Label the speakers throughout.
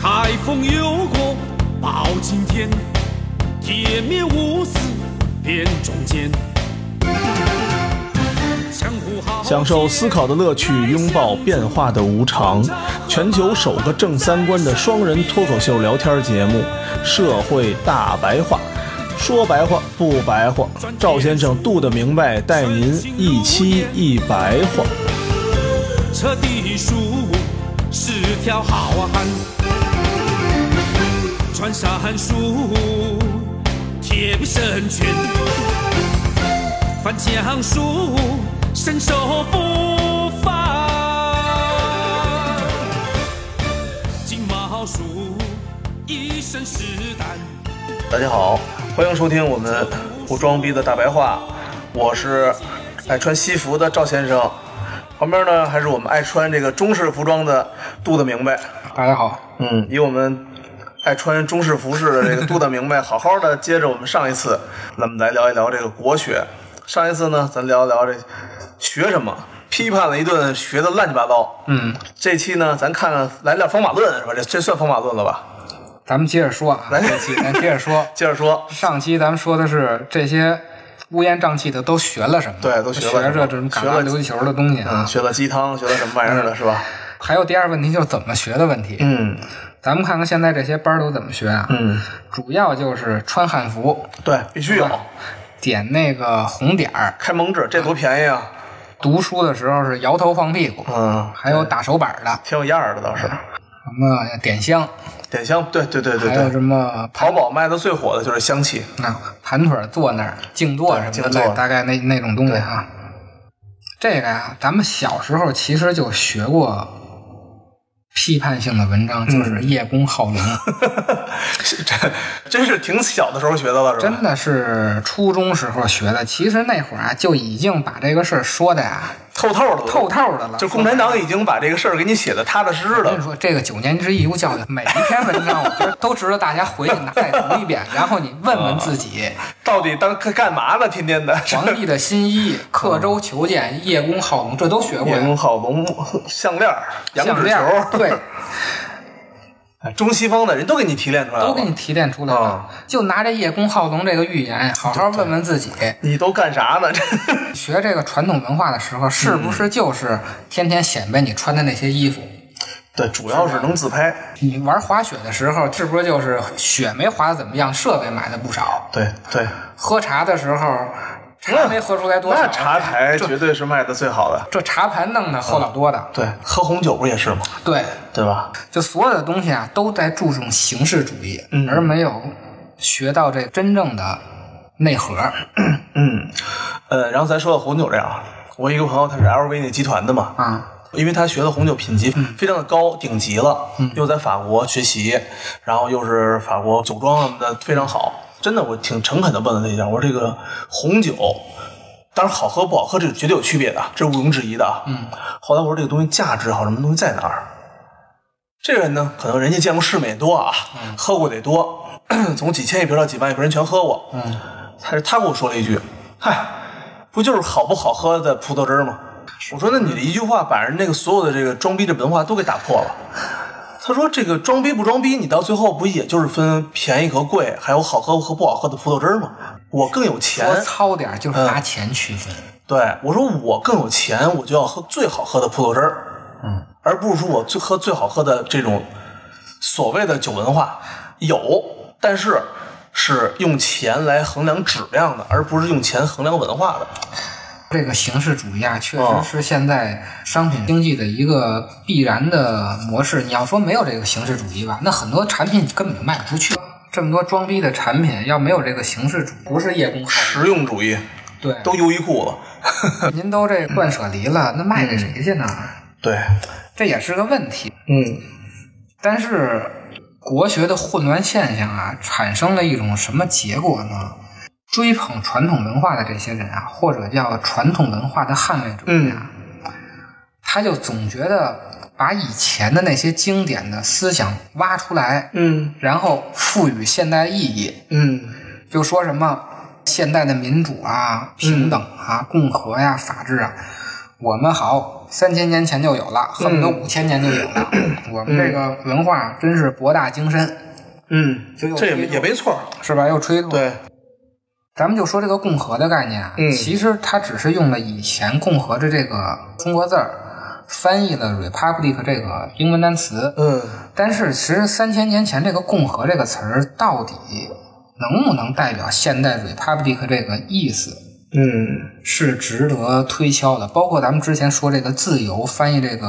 Speaker 1: 海风游过包青天，铁面无私辨忠奸。相互好
Speaker 2: 享受思考的乐趣，拥抱变化的无常。全球首个正三观的双人脱口秀聊天节目《社会大白话》，说白话不白话，赵先生度的明白，带您一期一白话。
Speaker 1: 彻底输，是条好汉。穿山术，铁臂神拳，翻江术，身手不凡。金毛术，一身是胆。
Speaker 3: 大家好，欢迎收听我们不装逼的大白话，我是爱穿西服的赵先生，旁边呢还是我们爱穿这个中式服装的杜的明白，
Speaker 4: 大家好，
Speaker 3: 嗯，以我们爱穿中式服饰的这个杜的明白，好好的接着我们上一次，咱们来聊一聊这个国学。上一次呢，咱聊一聊这学什么，批判了一顿学的乱七八糟。嗯，这期呢，咱看看来点方法论是吧？这这算方法论了吧？
Speaker 4: 咱们接着说啊，
Speaker 3: 来
Speaker 4: 这期咱接着说
Speaker 3: 。接着说，
Speaker 4: 上期咱们说的是这些乌烟瘴气的都学了什么？
Speaker 3: 对都学了
Speaker 4: 学
Speaker 3: 什么
Speaker 4: 着这种
Speaker 3: 学
Speaker 4: 橄
Speaker 3: 了
Speaker 4: 榄球球的东西
Speaker 3: 嗯，
Speaker 4: 啊。
Speaker 3: 学了鸡汤，学了什么玩意
Speaker 4: 嗯
Speaker 3: 儿了是吧？
Speaker 4: 还有第二问题就是怎么学的问题。
Speaker 3: 嗯
Speaker 4: 咱们看看现在这些班儿都怎么学啊？
Speaker 3: 嗯，
Speaker 4: 主要就是穿汉服，
Speaker 3: 对，必须有
Speaker 4: 点那个红点儿，
Speaker 3: 开蒙制，这多便宜啊！
Speaker 4: 读书的时候是摇头晃屁股，
Speaker 3: 嗯，
Speaker 4: 还有打手板儿的，
Speaker 3: 挺有样儿的倒是。
Speaker 4: 什么点香，
Speaker 3: 点香，对对对对
Speaker 4: 还有
Speaker 3: 对。
Speaker 4: 什么
Speaker 3: 淘宝卖的最火的就是香气，
Speaker 4: 啊，盘腿坐那儿，静坐什
Speaker 3: 对
Speaker 4: 么
Speaker 3: 静
Speaker 4: 的，
Speaker 3: 坐
Speaker 4: 大大概那那种东西啊。这个呀、咱们小时候其实就学过批判性的文章，
Speaker 3: 嗯
Speaker 4: 就是叶公好龙，
Speaker 3: 这真是挺小的时候学的了，是吧？
Speaker 4: 真的是初中时候学的。其实那会儿啊，就已经把这个事儿说的呀
Speaker 3: 透透的，
Speaker 4: 透。透的了。嗯
Speaker 3: 就共产党已经把这个事儿给你写的踏踏实实
Speaker 4: 我跟
Speaker 3: 的
Speaker 4: 你，说，这个九年之义务教育，每一篇文章，我觉得都值得大家回去拿来读一遍，然后你问问自己，
Speaker 3: 到底当干干嘛呢？天天的。
Speaker 4: 皇帝的 新衣、刻舟求剑、叶公好龙，这都学
Speaker 3: 嗯
Speaker 4: 过
Speaker 3: 叶
Speaker 4: 呀。
Speaker 3: 公好龙项链儿、羊
Speaker 4: 项
Speaker 3: 脂
Speaker 4: 链儿
Speaker 3: 球， 啊哎
Speaker 4: 对，
Speaker 3: 中西方的人都给你提炼出来了，
Speaker 4: 都给你提炼出来
Speaker 3: 啊
Speaker 4: 了。就拿这叶公好龙这个寓言，好好问问自己，
Speaker 3: 你都干啥呢？这
Speaker 4: 学这个传统文化的时候，是不是就是天天显摆你穿的那些衣服？
Speaker 3: 对，主要是能自拍。
Speaker 4: 你玩滑雪的时候，是不是就是雪没滑得怎么样，设备买的不少？
Speaker 3: 对对，
Speaker 4: 喝茶的时候，茶没喝出来多少？
Speaker 3: 那茶台绝对是卖的最好的。
Speaker 4: 这茶盘弄得齁老多的。
Speaker 3: 对，喝红酒不也是吗？
Speaker 4: 对，
Speaker 3: 对吧？
Speaker 4: 就所有的东西啊，都在注重形式主义，
Speaker 3: 嗯
Speaker 4: 而没有学到这真正的内核。
Speaker 3: 嗯，呃，然后咱说到红酒这样啊，我一个朋友他是 LV 那集团的嘛，
Speaker 4: 啊，
Speaker 3: 因为他学的红酒品级非常的高，顶级了，又在法国学习，然后又是法国酒庄什么的非常好，真的，我挺诚恳的问了他一下，我说这个红酒。当然好喝不好喝，这个绝对有区别的，这是毋庸置疑的。嗯，后来我说这个东西价值好，什么东西在哪儿？这个人呢，可能人家见过世面也多啊，喝过的也多，从几千一瓶到几万一瓶人全喝过。嗯，他是他跟我说了一句：“嗨，不就是好不好喝的葡萄汁儿吗？”我说：“那你的一句话把人那个所有的这个装逼的文化都给打破了。”他说：“这个装逼不装逼，你到最后不也就是分便宜和贵，还有好喝和不好喝的葡萄汁儿吗？我更有钱，嗯
Speaker 4: 说糙点儿就是拿钱区分。
Speaker 3: 对我说我更有钱，我就要喝最好喝的葡萄汁儿，嗯，而不是说我最喝最好喝的这种所谓的酒文化有，但是是用钱来衡量质量的，而不是用钱衡量文化的。
Speaker 4: 这个形式主义啊，确
Speaker 3: 哦
Speaker 4: 实是现在商品经济的一个必然的模式。你要说没有这个形式主义吧，那很多产品根本就卖不出去。这么多装逼的产品，要没有这个形式主义，不是叶公好
Speaker 3: 实用主义
Speaker 4: 对，
Speaker 3: 都优衣库了，
Speaker 4: 您都这断舍离了，那卖给谁去呢？
Speaker 3: 对，
Speaker 4: 这也是个问题。
Speaker 3: 嗯，
Speaker 4: 但是国学的混乱现象啊，产生了一种什么结果呢？追捧传统文化的这些人啊，或者叫传统文化的捍卫者啊，
Speaker 3: 嗯
Speaker 4: 他就总觉得把以前的那些经典的思想挖出来，
Speaker 3: 嗯
Speaker 4: 然后赋予现代意义，
Speaker 3: 嗯
Speaker 4: 就说什么
Speaker 3: 嗯
Speaker 4: 现代的民主啊、平等啊、共和呀、法治啊，我们好，三千年前就有了，恨不得
Speaker 3: 嗯
Speaker 4: 五千年就有了。我们这个文化真是博大精深，
Speaker 3: 嗯，
Speaker 4: 就又
Speaker 3: 这
Speaker 4: 推
Speaker 3: 也
Speaker 4: 动
Speaker 3: 也没错儿，
Speaker 4: 是吧？又吹动。
Speaker 3: 对，
Speaker 4: 咱们就说这个共和的概念啊，
Speaker 3: 嗯
Speaker 4: 其实它只是用了以前共和的这个中国字儿，翻译了 republic 这个英文单词。
Speaker 3: 嗯
Speaker 4: 但是，其实三千年前这个“共和”这个词儿到底能不能代表现代 republic 这个意思，
Speaker 3: 嗯
Speaker 4: 是值得推敲的。包括咱们之前说这个“自由”翻译这个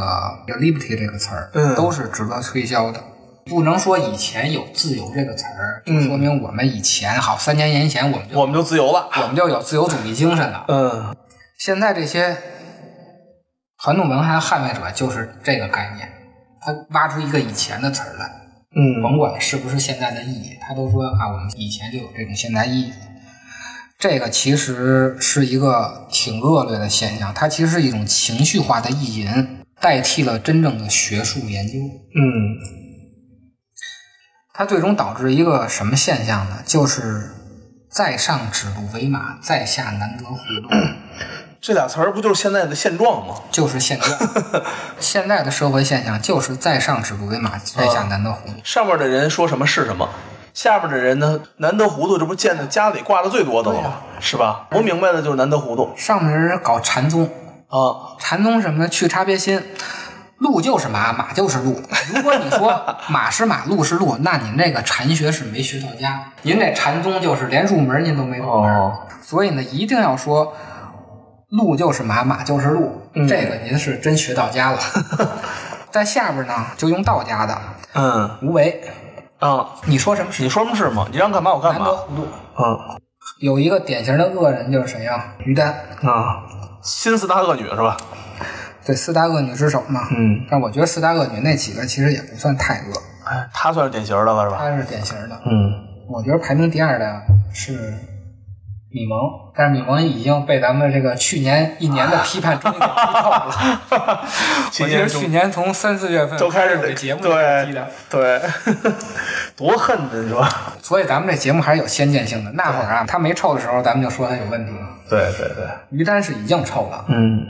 Speaker 4: liberty 这个词儿，
Speaker 3: 嗯
Speaker 4: 都是值得推敲的。不能说以前有“自由”这个词儿，就说明我们以前好三千年前我们就
Speaker 3: 嗯我们就自由了，
Speaker 4: 我们就有自由主义精神了。
Speaker 3: 嗯
Speaker 4: 现在这些传统文化的捍卫者就是这个概念，他挖出一个以前的词儿来。
Speaker 3: 嗯
Speaker 4: 甭管是不是现在的意义，他都说啊，我们以前就有这种现代意义。这个其实是一个挺恶劣的现象，它其实是一种情绪化的意淫，代替了真正的学术研究。
Speaker 3: 嗯
Speaker 4: 它最终导致一个什么现象呢？就是在上指鹿为马，在下难得虎斗。
Speaker 3: 这俩词儿不就是现在的现状吗？
Speaker 4: 就 是现在，现在的社会现象就是在上指鹿为马，在下难得虎斗。
Speaker 3: 上面的人说什么是什么，下面的人呢，难得糊涂，这不见的家里挂的最多的了吗？是吧？我明白的就是难得糊涂
Speaker 4: 上面人搞禅宗，
Speaker 3: 啊，
Speaker 4: 禅宗什么的去差别心，路就是马，马就是路。如果你 说马是马，路是路，那您这个禅学是没学到家，您这禅宗就是连入门您都没入门。
Speaker 3: 哦
Speaker 4: 所以呢，一定要说路就是马，马就是路，
Speaker 3: 嗯
Speaker 4: 这个您是真学到 家了。在下边呢，就用道家的
Speaker 3: 嗯
Speaker 4: 无为，
Speaker 3: 啊，
Speaker 4: 你说什么是
Speaker 3: 你说什么是吗？你让干嘛我干
Speaker 4: 难得
Speaker 3: 嘛？
Speaker 4: 糊涂。
Speaker 3: 嗯
Speaker 4: 有一个典型的恶人就是谁呀、于丹，
Speaker 3: 啊，新四大恶女是吧？
Speaker 4: 这四大恶女之首嘛。
Speaker 3: 嗯，
Speaker 4: 但我觉得四大恶女那几个其实也不算太恶，
Speaker 3: 哎，她算是典型的了是吧？
Speaker 4: 她是典型的。
Speaker 3: 嗯
Speaker 4: 我觉得排名第二的是米蒙，但是米蒙已经被咱们这个去年一年的批判终于给批透 了。我记得去年从三四月份
Speaker 3: 都开始
Speaker 4: 我这节目就批
Speaker 3: 对
Speaker 4: 的，
Speaker 3: 对， 多恨的是吧？
Speaker 4: 所以咱们这节目还是有先见性的。那会儿啊，他没臭的时候，咱们就说他有问题。
Speaker 3: 对对对，
Speaker 4: 于丹是已经臭了，
Speaker 3: 嗯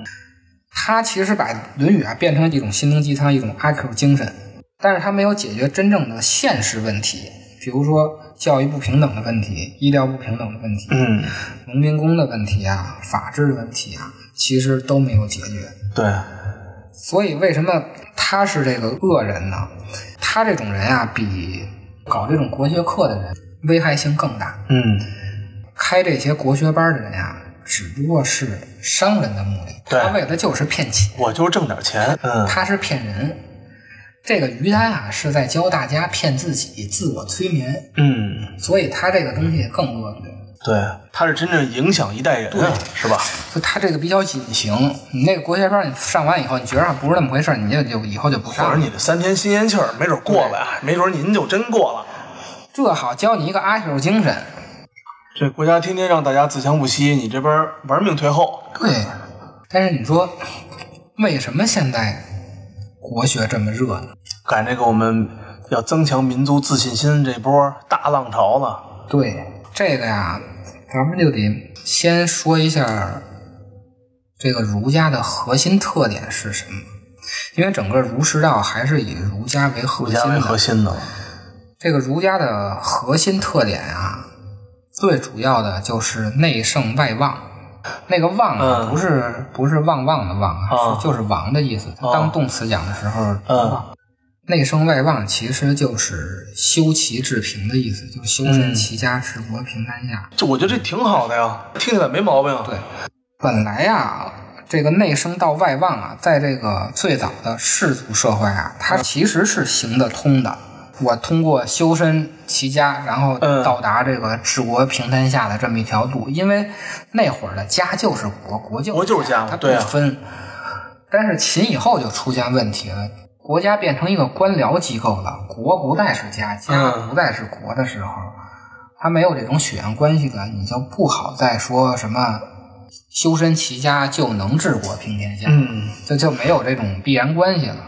Speaker 4: 他其实把《论语啊》变成一种心灵鸡汤，一种阿 Q 精神，但是他没有解决真正的现实问题，比如说教育不平等的问题、医疗不平等的问题、
Speaker 3: 嗯，
Speaker 4: 农民工的问题啊、法治的问题啊，其实都没有解决。
Speaker 3: 对，
Speaker 4: 所以为什么他是这个恶人呢？他这种人啊，比搞这种国学课的人危害性更大。
Speaker 3: 嗯
Speaker 4: 开这些国学班的人呀、只不过是商人的目的，
Speaker 3: 对
Speaker 4: 他为的就是骗钱。
Speaker 3: 我就是挣点钱，嗯
Speaker 4: 他是骗人。这个于丹啊，是在教大家骗自己、自我催眠，
Speaker 3: 嗯，
Speaker 4: 所以他这个东西更恶劣。
Speaker 3: 对，她是真正影响一代人啊，是吧？
Speaker 4: 就他这个比较隐形，你那个国学班你上完以后，你觉着不是那么回事儿，你就就以后就不
Speaker 3: 或者
Speaker 4: 上了。
Speaker 3: 你这三天新鲜气儿，没准过来，没准您就真过了。
Speaker 4: 这好教你一个阿 Q 精神，
Speaker 3: 这国家天天让大家自强不息，你这边玩命退后，
Speaker 4: 对。但是你说，为什么现在国学这么热呢？
Speaker 3: 赶这个我们要增强民族自信心这波大浪潮了。
Speaker 4: 对这个呀，咱们就得先说一下这个儒家的核心特点是什么，因为整个儒释道还是以儒家为核
Speaker 3: 儒
Speaker 4: 心
Speaker 3: 家为
Speaker 4: 的。
Speaker 3: 核心的，
Speaker 4: 这个儒家的核心特点啊，最主要的就是内圣外望。那个望啊，
Speaker 3: 嗯
Speaker 4: 不是不是旺旺的旺啊，
Speaker 3: 啊
Speaker 4: 是就是王的意思。它
Speaker 3: 啊
Speaker 4: 当动词讲的时候，
Speaker 3: 嗯
Speaker 4: 内圣外望其实就是修齐治平的意思，就是修身
Speaker 3: 嗯
Speaker 4: 齐家治国平天下。
Speaker 3: 这我觉得这挺好的呀，听起来没毛病。
Speaker 4: 对本来呀、这个内生到外望啊，在这个最早的氏族社会啊，它其实是行得通的。我通过修身齐家，然后
Speaker 3: 嗯
Speaker 4: 到达这个治国平天下的这么一条路，因为那会儿的家就是国，国就
Speaker 3: 国就是家
Speaker 4: 它不
Speaker 3: 对啊
Speaker 4: 分。但是秦以后就出现问题了，国家变成一个官僚机构了，国不再是家，家
Speaker 3: 嗯
Speaker 4: 不再是国的时候，啊它没有这种血缘关系了，你就不好再说什么修身齐家就能治国平天下，
Speaker 3: 嗯
Speaker 4: 这就没有这种必然关系了。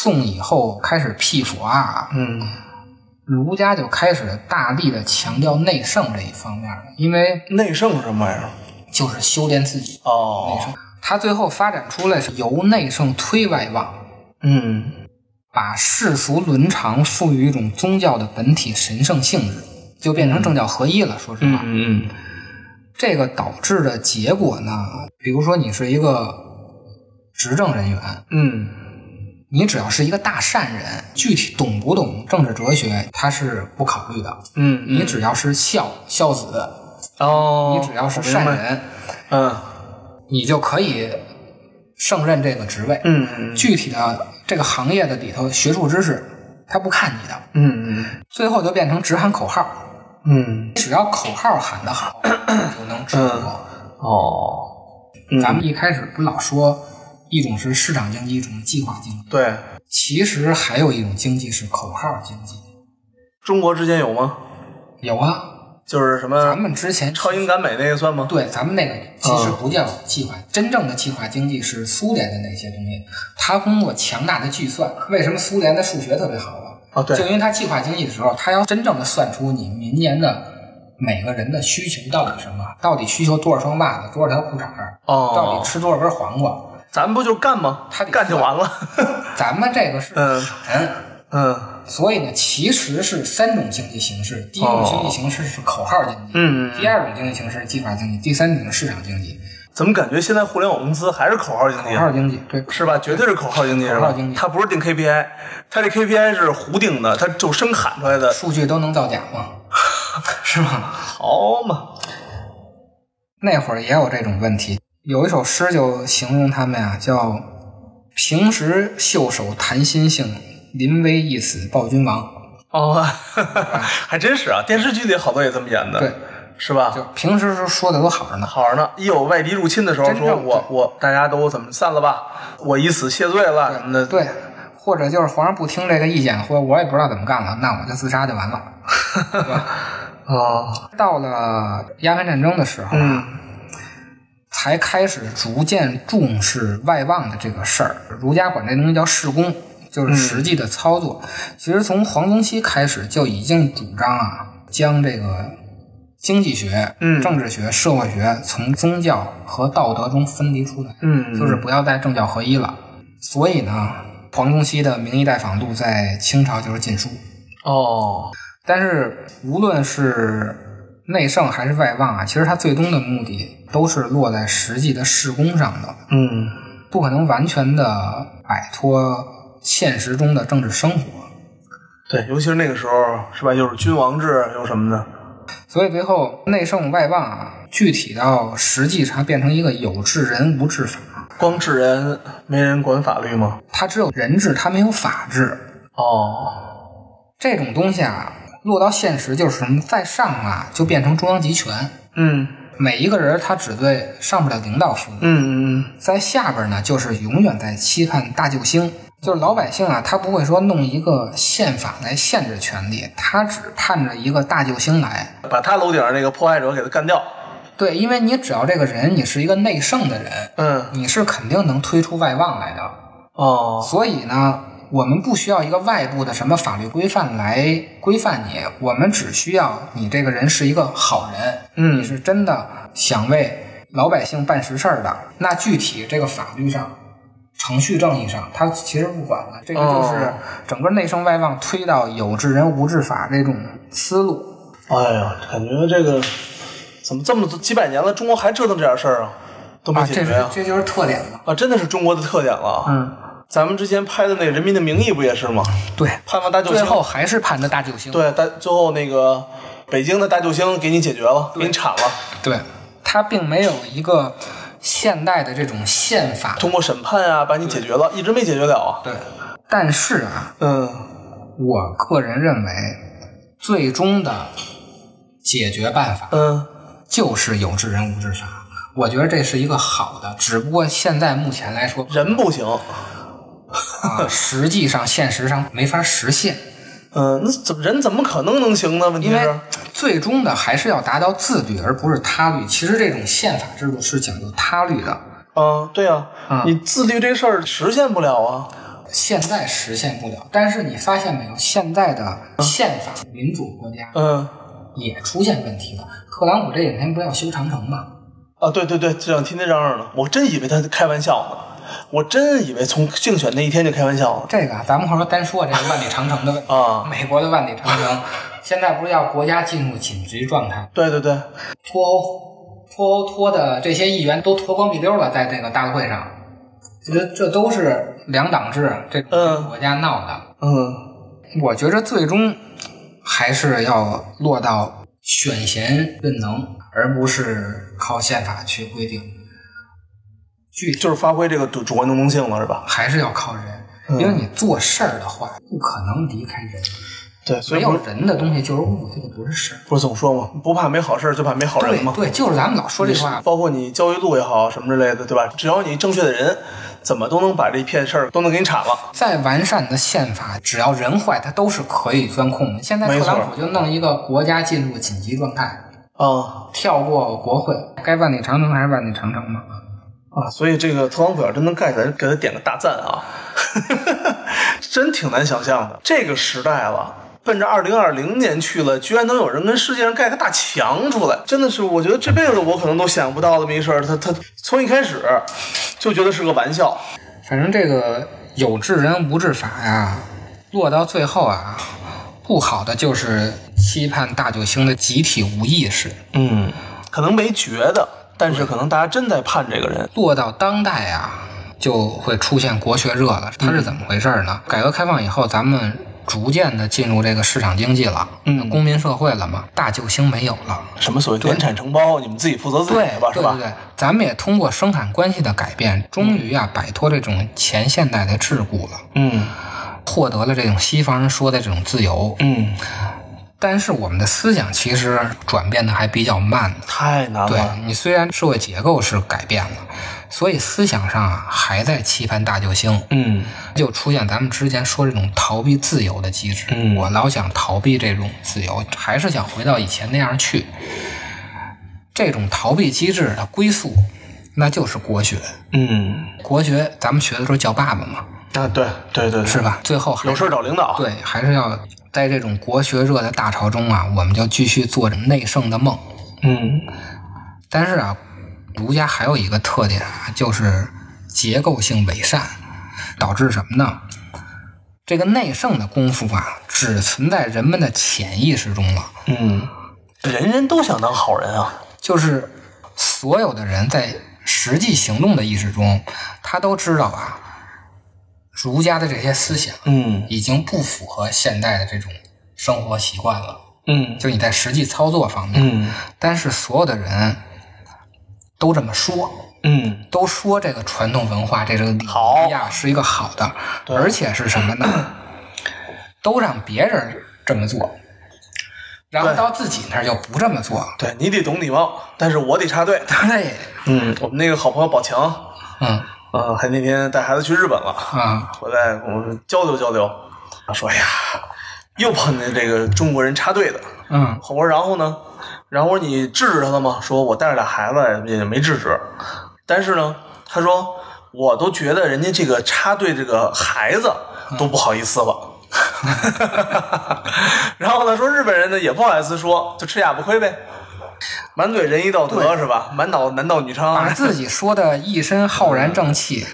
Speaker 4: 宋以后开始辟佛啊，
Speaker 3: 嗯
Speaker 4: 儒家就开始大力的强调内圣这一方面了，因为
Speaker 3: 内圣是什么玩意儿？
Speaker 4: 就是修炼自己。
Speaker 3: 哦，
Speaker 4: 它最后发展出来是由内圣推外望，
Speaker 3: 嗯
Speaker 4: 把世俗伦常赋予一种宗教的本体神圣性质，就变成政教合一了。说实
Speaker 3: 嗯
Speaker 4: 话，
Speaker 3: 嗯
Speaker 4: 这个导致的结果呢，比如说你是一个执政人员，
Speaker 3: 嗯
Speaker 4: 你只要是一个大善人，具体懂不懂政治哲学，他是不考虑的。
Speaker 3: 嗯，
Speaker 4: 你只要是孝孝子，
Speaker 3: 哦，
Speaker 4: 你只要是
Speaker 3: 我明白
Speaker 4: 善，人，
Speaker 3: 嗯
Speaker 4: 你就可以胜任这个职位。
Speaker 3: 嗯嗯
Speaker 4: 具体的这个行业的里头学术知识，他不看你的，
Speaker 3: 嗯
Speaker 4: 最后就变成只喊口号，
Speaker 3: 嗯，
Speaker 4: 只要口号喊 得好，就能治国。
Speaker 3: 哦，
Speaker 4: 咱们一开始不老说一种是市场经济，一种是计划经济，
Speaker 3: 嗯对
Speaker 4: 其实还有一种经济是口号经济。
Speaker 3: 中国之间有吗？
Speaker 4: 有啊，
Speaker 3: 就是什么
Speaker 4: 咱们之前
Speaker 3: 超英赶美那个算吗？
Speaker 4: 对，咱们那个其实
Speaker 3: 嗯
Speaker 4: 不叫计划，真正的计划经济是苏联的那些东西，它通过强大的计算。为什么苏联的数学特别好啊？
Speaker 3: 啊，
Speaker 4: 就
Speaker 3: 对，
Speaker 4: 因为它计划经济的时候，它要真正的算出你明年的每个人的需求到底什么，到底需求多少双袜子，多少条裤衩儿，
Speaker 3: 哦
Speaker 4: 到底吃多少根黄瓜。
Speaker 3: 咱们不就是干吗？
Speaker 4: 他得
Speaker 3: 干就完了。
Speaker 4: 咱们这个是
Speaker 3: 嗯
Speaker 4: 喊，
Speaker 3: 嗯
Speaker 4: 所以呢，其实是三种经济形式。第一种经济形式是口号经济，
Speaker 3: 嗯嗯
Speaker 4: 第二种经济形式是计划经济，第三种是市场经济。
Speaker 3: 怎么感觉现在互联网公司还是口号经
Speaker 4: 口号
Speaker 3: 济？啊
Speaker 4: 经济对，
Speaker 3: 是吧？绝对是口号经济，是
Speaker 4: 口
Speaker 3: 吧
Speaker 4: 号经？济
Speaker 3: 他不是定 KPI，他这 KPI 是胡定的，他就生喊出来 的。
Speaker 4: 数据都能造假吗？ 是吗？
Speaker 3: 好嘛，
Speaker 4: 那会儿也有这种问题。有一首诗就形容他们呀、叫“平时袖手谈心性，临危一死报君王
Speaker 3: 哦， 还真是啊！电视剧里好多也这么演”。的，
Speaker 4: 嗯对，
Speaker 3: 是吧？
Speaker 4: 就平时时候说的都好着呢，
Speaker 3: 好着呢，一有外敌入侵的时候，
Speaker 4: 真正
Speaker 3: 说我我大家都怎么散了吧，我以死谢罪了什么的。
Speaker 4: 对，或者就是皇上不听这个意见，或者我也不知道怎么干了，那我就自杀就完了。
Speaker 3: 哦，
Speaker 4: 到了鸦片战争的时候啊，
Speaker 3: 嗯
Speaker 4: 才开始逐渐重视外望的这个事儿。儒家管这东西叫事功，就是实际的操作。其实从黄宗羲开始就已经主张啊，将这个经济学、
Speaker 3: 嗯
Speaker 4: 政治学、社会学从宗教和道德中分离出来，
Speaker 3: 嗯，
Speaker 4: 就是不要再政教合一了。所以呢，黄宗羲的《名医大访录》在清朝就是禁书。
Speaker 3: 哦，
Speaker 4: 但是无论是内圣还是外望啊，其实它最终的目的都是落在实际的事功上的，
Speaker 3: 嗯
Speaker 4: 不可能完全的摆脱现实中的政治生活。
Speaker 3: 对，尤其是那个时候是吧，又是君王制又什么的，
Speaker 4: 所以最后内圣外望啊，具体到实际上变成一个有治人无治法，
Speaker 3: 光治人没人管法律吗？
Speaker 4: 它只有人治，它没有法治。
Speaker 3: 哦，
Speaker 4: 这种东西啊，落到现实就是什么，再上啊就变成中央集权，
Speaker 3: 嗯
Speaker 4: 每一个人他只对上边的领导负责。
Speaker 3: 嗯嗯
Speaker 4: 在下边呢，就是永远在期盼大救星。就是老百姓啊，他不会说弄一个宪法来限制权利，他只盼着一个大救星来。
Speaker 3: 嗯，把他楼顶上那个迫害者给他干掉。
Speaker 4: 对，因为你只要这个人你是一个内圣的人，
Speaker 3: 嗯
Speaker 4: 你是肯定能推出外望来的。
Speaker 3: 哦，
Speaker 4: 所以呢，我们不需要一个外部的什么法律规范来规范你，我们只需要你这个人是一个好人，你
Speaker 3: 嗯
Speaker 4: 是真的想为老百姓办实事儿的，那具体这个法律上、程序正义上，他其实不管了。这个就是
Speaker 3: 哦
Speaker 4: 整个内圣外望推到有治人无治法这种思路。
Speaker 3: 哎呀，感觉这个怎么这么几百年了，中国还折腾这点事儿啊，都没
Speaker 4: 啊，
Speaker 3: 解
Speaker 4: 这
Speaker 3: 决
Speaker 4: 是
Speaker 3: 啊！
Speaker 4: 这就是特点了。
Speaker 3: 啊，真的是中国的特点了。啊
Speaker 4: 嗯，
Speaker 3: 咱们之前拍的那个《人民的名义》不也是吗？
Speaker 4: 对，
Speaker 3: 盼望大救星，
Speaker 4: 最后还是盼着大救星。
Speaker 3: 对大最后那个北京的大救星给你解决了，给你铲了，
Speaker 4: 对，他并没有一个现代的这种宪法。
Speaker 3: 通过审判啊把你解决了，
Speaker 4: 嗯
Speaker 3: 一直没解决了啊。
Speaker 4: 对，但是啊，
Speaker 3: 嗯
Speaker 4: 我个人认为，最终的解决办法
Speaker 3: 嗯
Speaker 4: 就是有治人无治法。我觉得这是一个好的，只不过现在目前来说，
Speaker 3: 人不行，
Speaker 4: 啊，实际上现实上没法实现，
Speaker 3: 嗯，那怎么人怎么可能能行呢？问题
Speaker 4: 因为
Speaker 3: 是，
Speaker 4: 最终的还是要达到自律，而不是他律。其实这种宪法制度是讲究他律的，
Speaker 3: 啊，对啊，
Speaker 4: 嗯
Speaker 3: 你自律这事儿实现不了啊。
Speaker 4: 现在实现不了。但是你发现没有，现在的宪法民主国家
Speaker 3: 嗯
Speaker 4: 也出现问题了。特朗普这两天不是要修长城吗？
Speaker 3: 啊，对对对，这两天天嚷嚷呢，我真以为他开玩笑呢，我真以为从竞选那一天就开玩笑了。
Speaker 4: 这个啊咱们或者单说这个万里长城的问 题
Speaker 3: 啊
Speaker 4: 美国的万里长城，现在不是要国家进入紧急状态，
Speaker 3: 对对对，
Speaker 4: 脱欧，脱欧脱的这些议员都脱光屁溜了，在这个大会上，这这都是两党制啊这种
Speaker 3: 嗯
Speaker 4: 国家闹的。
Speaker 3: 嗯
Speaker 4: 我觉着最终还是要落到选贤任能，而不是靠宪法去规定，具体
Speaker 3: 就是发挥这个主主观能动性了，是吧？
Speaker 4: 还是要靠人。
Speaker 3: 嗯
Speaker 4: 因为你做事儿的话，不可能离开人，
Speaker 3: 对，所
Speaker 4: 没
Speaker 3: 以不
Speaker 4: 有
Speaker 3: 是
Speaker 4: 人的东西就是物，这个不是事儿。
Speaker 3: 不是总说嘛，不怕没好事儿，就怕没好人
Speaker 4: 对
Speaker 3: 嘛。
Speaker 4: 对，就是咱们老说这话，
Speaker 3: 包括你教育路也好，什么之类的，对吧？只要你正确的人，怎么都能把这一片事儿都能给你铲了。
Speaker 4: 再完善的宪法，只要人坏，它都是可以钻空的。现在
Speaker 3: 没
Speaker 4: 特
Speaker 3: 错
Speaker 4: 朗普就弄一个国家进入紧急状态，
Speaker 3: 啊
Speaker 4: 跳过国会，该万里长城还是万里长城嘛。
Speaker 3: 啊！所以这个特朗普要真能干，咱给他点个大赞啊！ 真挺难想象的，这个时代了。奔着二零二零年去了，居然能有人跟世界上盖个大墙出来，真的是我觉得这辈子我可能都想不到这么一事儿。他他从一开始就觉得是个玩笑，
Speaker 4: 反正这个有治人无治法呀，落到最后啊，不好的就是期盼大救星的集体无意识，
Speaker 3: 嗯，可能没觉得，但是可能大家真在盼这个人。
Speaker 4: 落到当代啊，就会出现国学热了。它
Speaker 3: 嗯
Speaker 4: 是怎么回事呢？改革开放以后，咱们逐渐的进入这个市场经济了，
Speaker 3: 嗯
Speaker 4: 公民社会了嘛，大救星没有了。
Speaker 3: 什么所谓联产承包，你们自己负责自己
Speaker 4: 对
Speaker 3: 的哦吧，是
Speaker 4: 对
Speaker 3: 吧嗯
Speaker 4: 对？对，咱们也通过生产关系的改变，终于啊摆脱这种前现代的桎梏了，
Speaker 3: 嗯
Speaker 4: 获得了这种西方人说的这种自由。
Speaker 3: 嗯，
Speaker 4: 但是我们的思想其实转变的还比较慢。
Speaker 3: 太难
Speaker 4: 对
Speaker 3: 了。
Speaker 4: 啊你虽然社会结构是改变了，所以思想上啊还在期盼大救星。
Speaker 3: 嗯，
Speaker 4: 就出现咱们之前说这种逃避自由的机制。
Speaker 3: 嗯
Speaker 4: 我老想逃避这种自由，还是想回到以前那样去。这种逃避机制的归宿，那就是国学。
Speaker 3: 嗯，
Speaker 4: 国学咱们学的时候叫爸爸嘛，
Speaker 3: 啊，对对对，
Speaker 4: 是？吧？最后还
Speaker 3: 有事儿找领导。，
Speaker 4: 对，还是要在这种国学热的大潮中啊，我们就继续做着内圣的梦。
Speaker 3: 嗯
Speaker 4: 但是啊，儒家还有一个特点啊，就是结构性伪善，导致什么呢？这个内圣的功夫啊，只存在人们的潜意识中了。
Speaker 3: 嗯，人人都想当好人啊。
Speaker 4: 就是所有的人在实际行动的意识中，他都知道啊，儒家的这些思想
Speaker 3: 嗯
Speaker 4: 已经不符合现代的这种生活习惯了。
Speaker 3: 嗯
Speaker 4: 就你在实际操作方面，
Speaker 3: 嗯
Speaker 4: 但是所有的人都这么说，
Speaker 3: 嗯，
Speaker 4: 都说这个传统文化这个礼
Speaker 3: 好
Speaker 4: 仪呀是一个好的，而且是什么呢？都让别人这么做，然后
Speaker 3: 对
Speaker 4: 到自己那儿就不这么做。
Speaker 3: 对你得懂礼貌，但是我得插队。
Speaker 4: 对，
Speaker 3: 嗯，我们那个好朋友宝强，
Speaker 4: 嗯
Speaker 3: 嗯，还那天带孩子去日本了。
Speaker 4: 啊，
Speaker 3: 回来我们交流交流。他说：“哎呀，又碰见这个中国人插队的。”
Speaker 4: 嗯
Speaker 3: 我说：“然后呢？”然后我说：“你制止他了吗？”说：“我带着俩孩子也没制止。”但是呢，他说：“我都觉得人家这个插队这个孩子都不好意思了。 然后呢，说日本人呢也不好意思说，就吃哑巴亏呗，满嘴仁义道德是吧？满脑男盗女
Speaker 4: 把
Speaker 3: 娼，
Speaker 4: 自己说的一身浩然正气，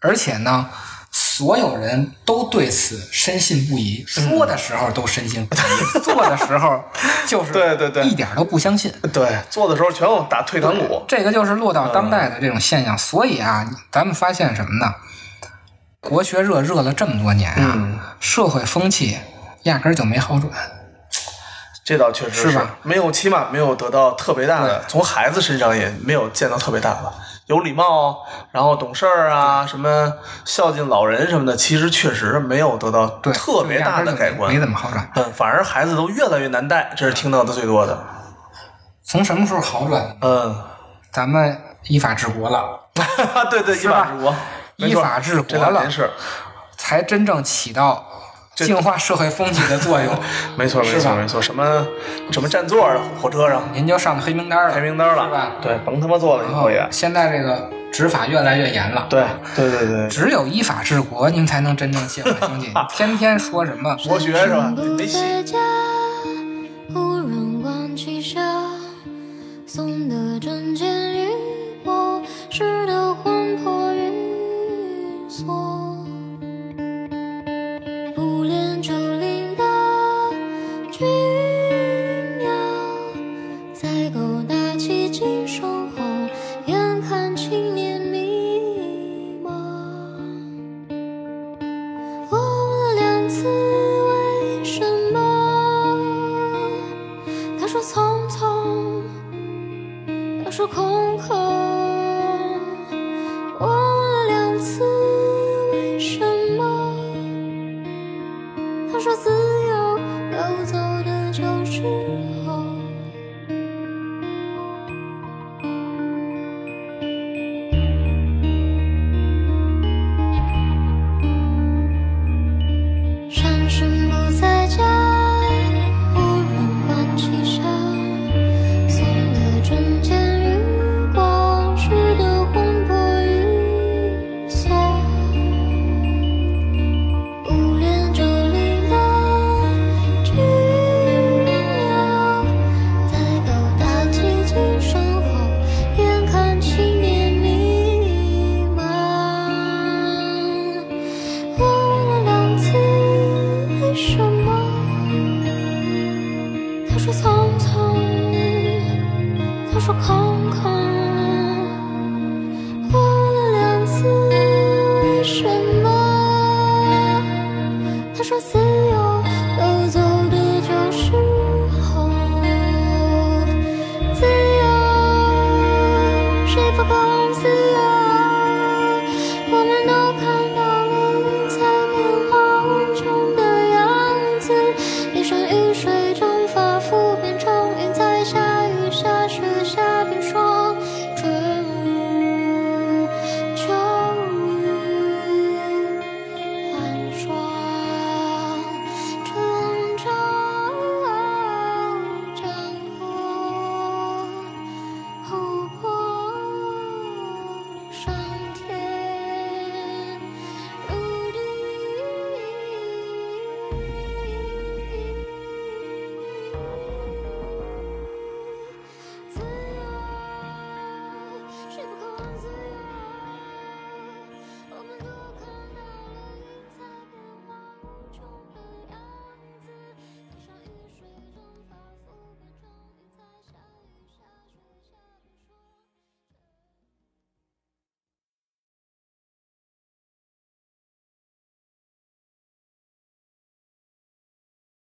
Speaker 4: 而且呢。所有人都对此深信不疑，说的时候都深信 不疑，做的时候就是
Speaker 3: 嗯对对对
Speaker 4: 一点都不相信。
Speaker 3: 对，做的时候全有打退堂鼓。
Speaker 4: 这个就是落到当代的这种现象。所以啊，咱们发现什么呢？国学热热了这么多年啊，
Speaker 3: 嗯
Speaker 4: 社会风气压根儿就没好转。
Speaker 3: 这倒确实
Speaker 4: 是吧？
Speaker 3: 没有，起码没有得到特别大的，从孩子身上也没有见到特别大的有礼貌，然后懂事儿啊，什么孝敬老人什么的，其实确实没有得到
Speaker 4: 对，
Speaker 3: 特别大的改
Speaker 4: 没
Speaker 3: 观。
Speaker 4: 怎么好转。
Speaker 3: 嗯，反而孩子都越来越难带，这是听到的最多的。
Speaker 4: 从什么时候好转？
Speaker 3: 嗯，
Speaker 4: 咱们依法治国了，
Speaker 3: 对对，依
Speaker 4: 吧
Speaker 3: 法治国，没
Speaker 4: 依
Speaker 3: 错
Speaker 4: 法治
Speaker 3: 这
Speaker 4: 国
Speaker 3: 两
Speaker 4: 了
Speaker 3: 件，事，
Speaker 4: 才真正起到净化社会风气的作用。
Speaker 3: 没错没
Speaker 4: 是吧
Speaker 3: 错没错，什么什么占座儿的火车上
Speaker 4: 您就上黑名单了，
Speaker 3: 开名单
Speaker 4: 是吧
Speaker 3: 了，？对，甭他妈坐了，以
Speaker 4: 然
Speaker 3: 后
Speaker 4: 后
Speaker 3: 也
Speaker 4: 现在这个执法越来越严了，
Speaker 3: 对对对对，
Speaker 4: 只有依法治国，您才能真正净化 经济。天天说什么
Speaker 3: 国学是吧？没戏。
Speaker 5: 着家，无人管其声，送的针尖由游走的就是。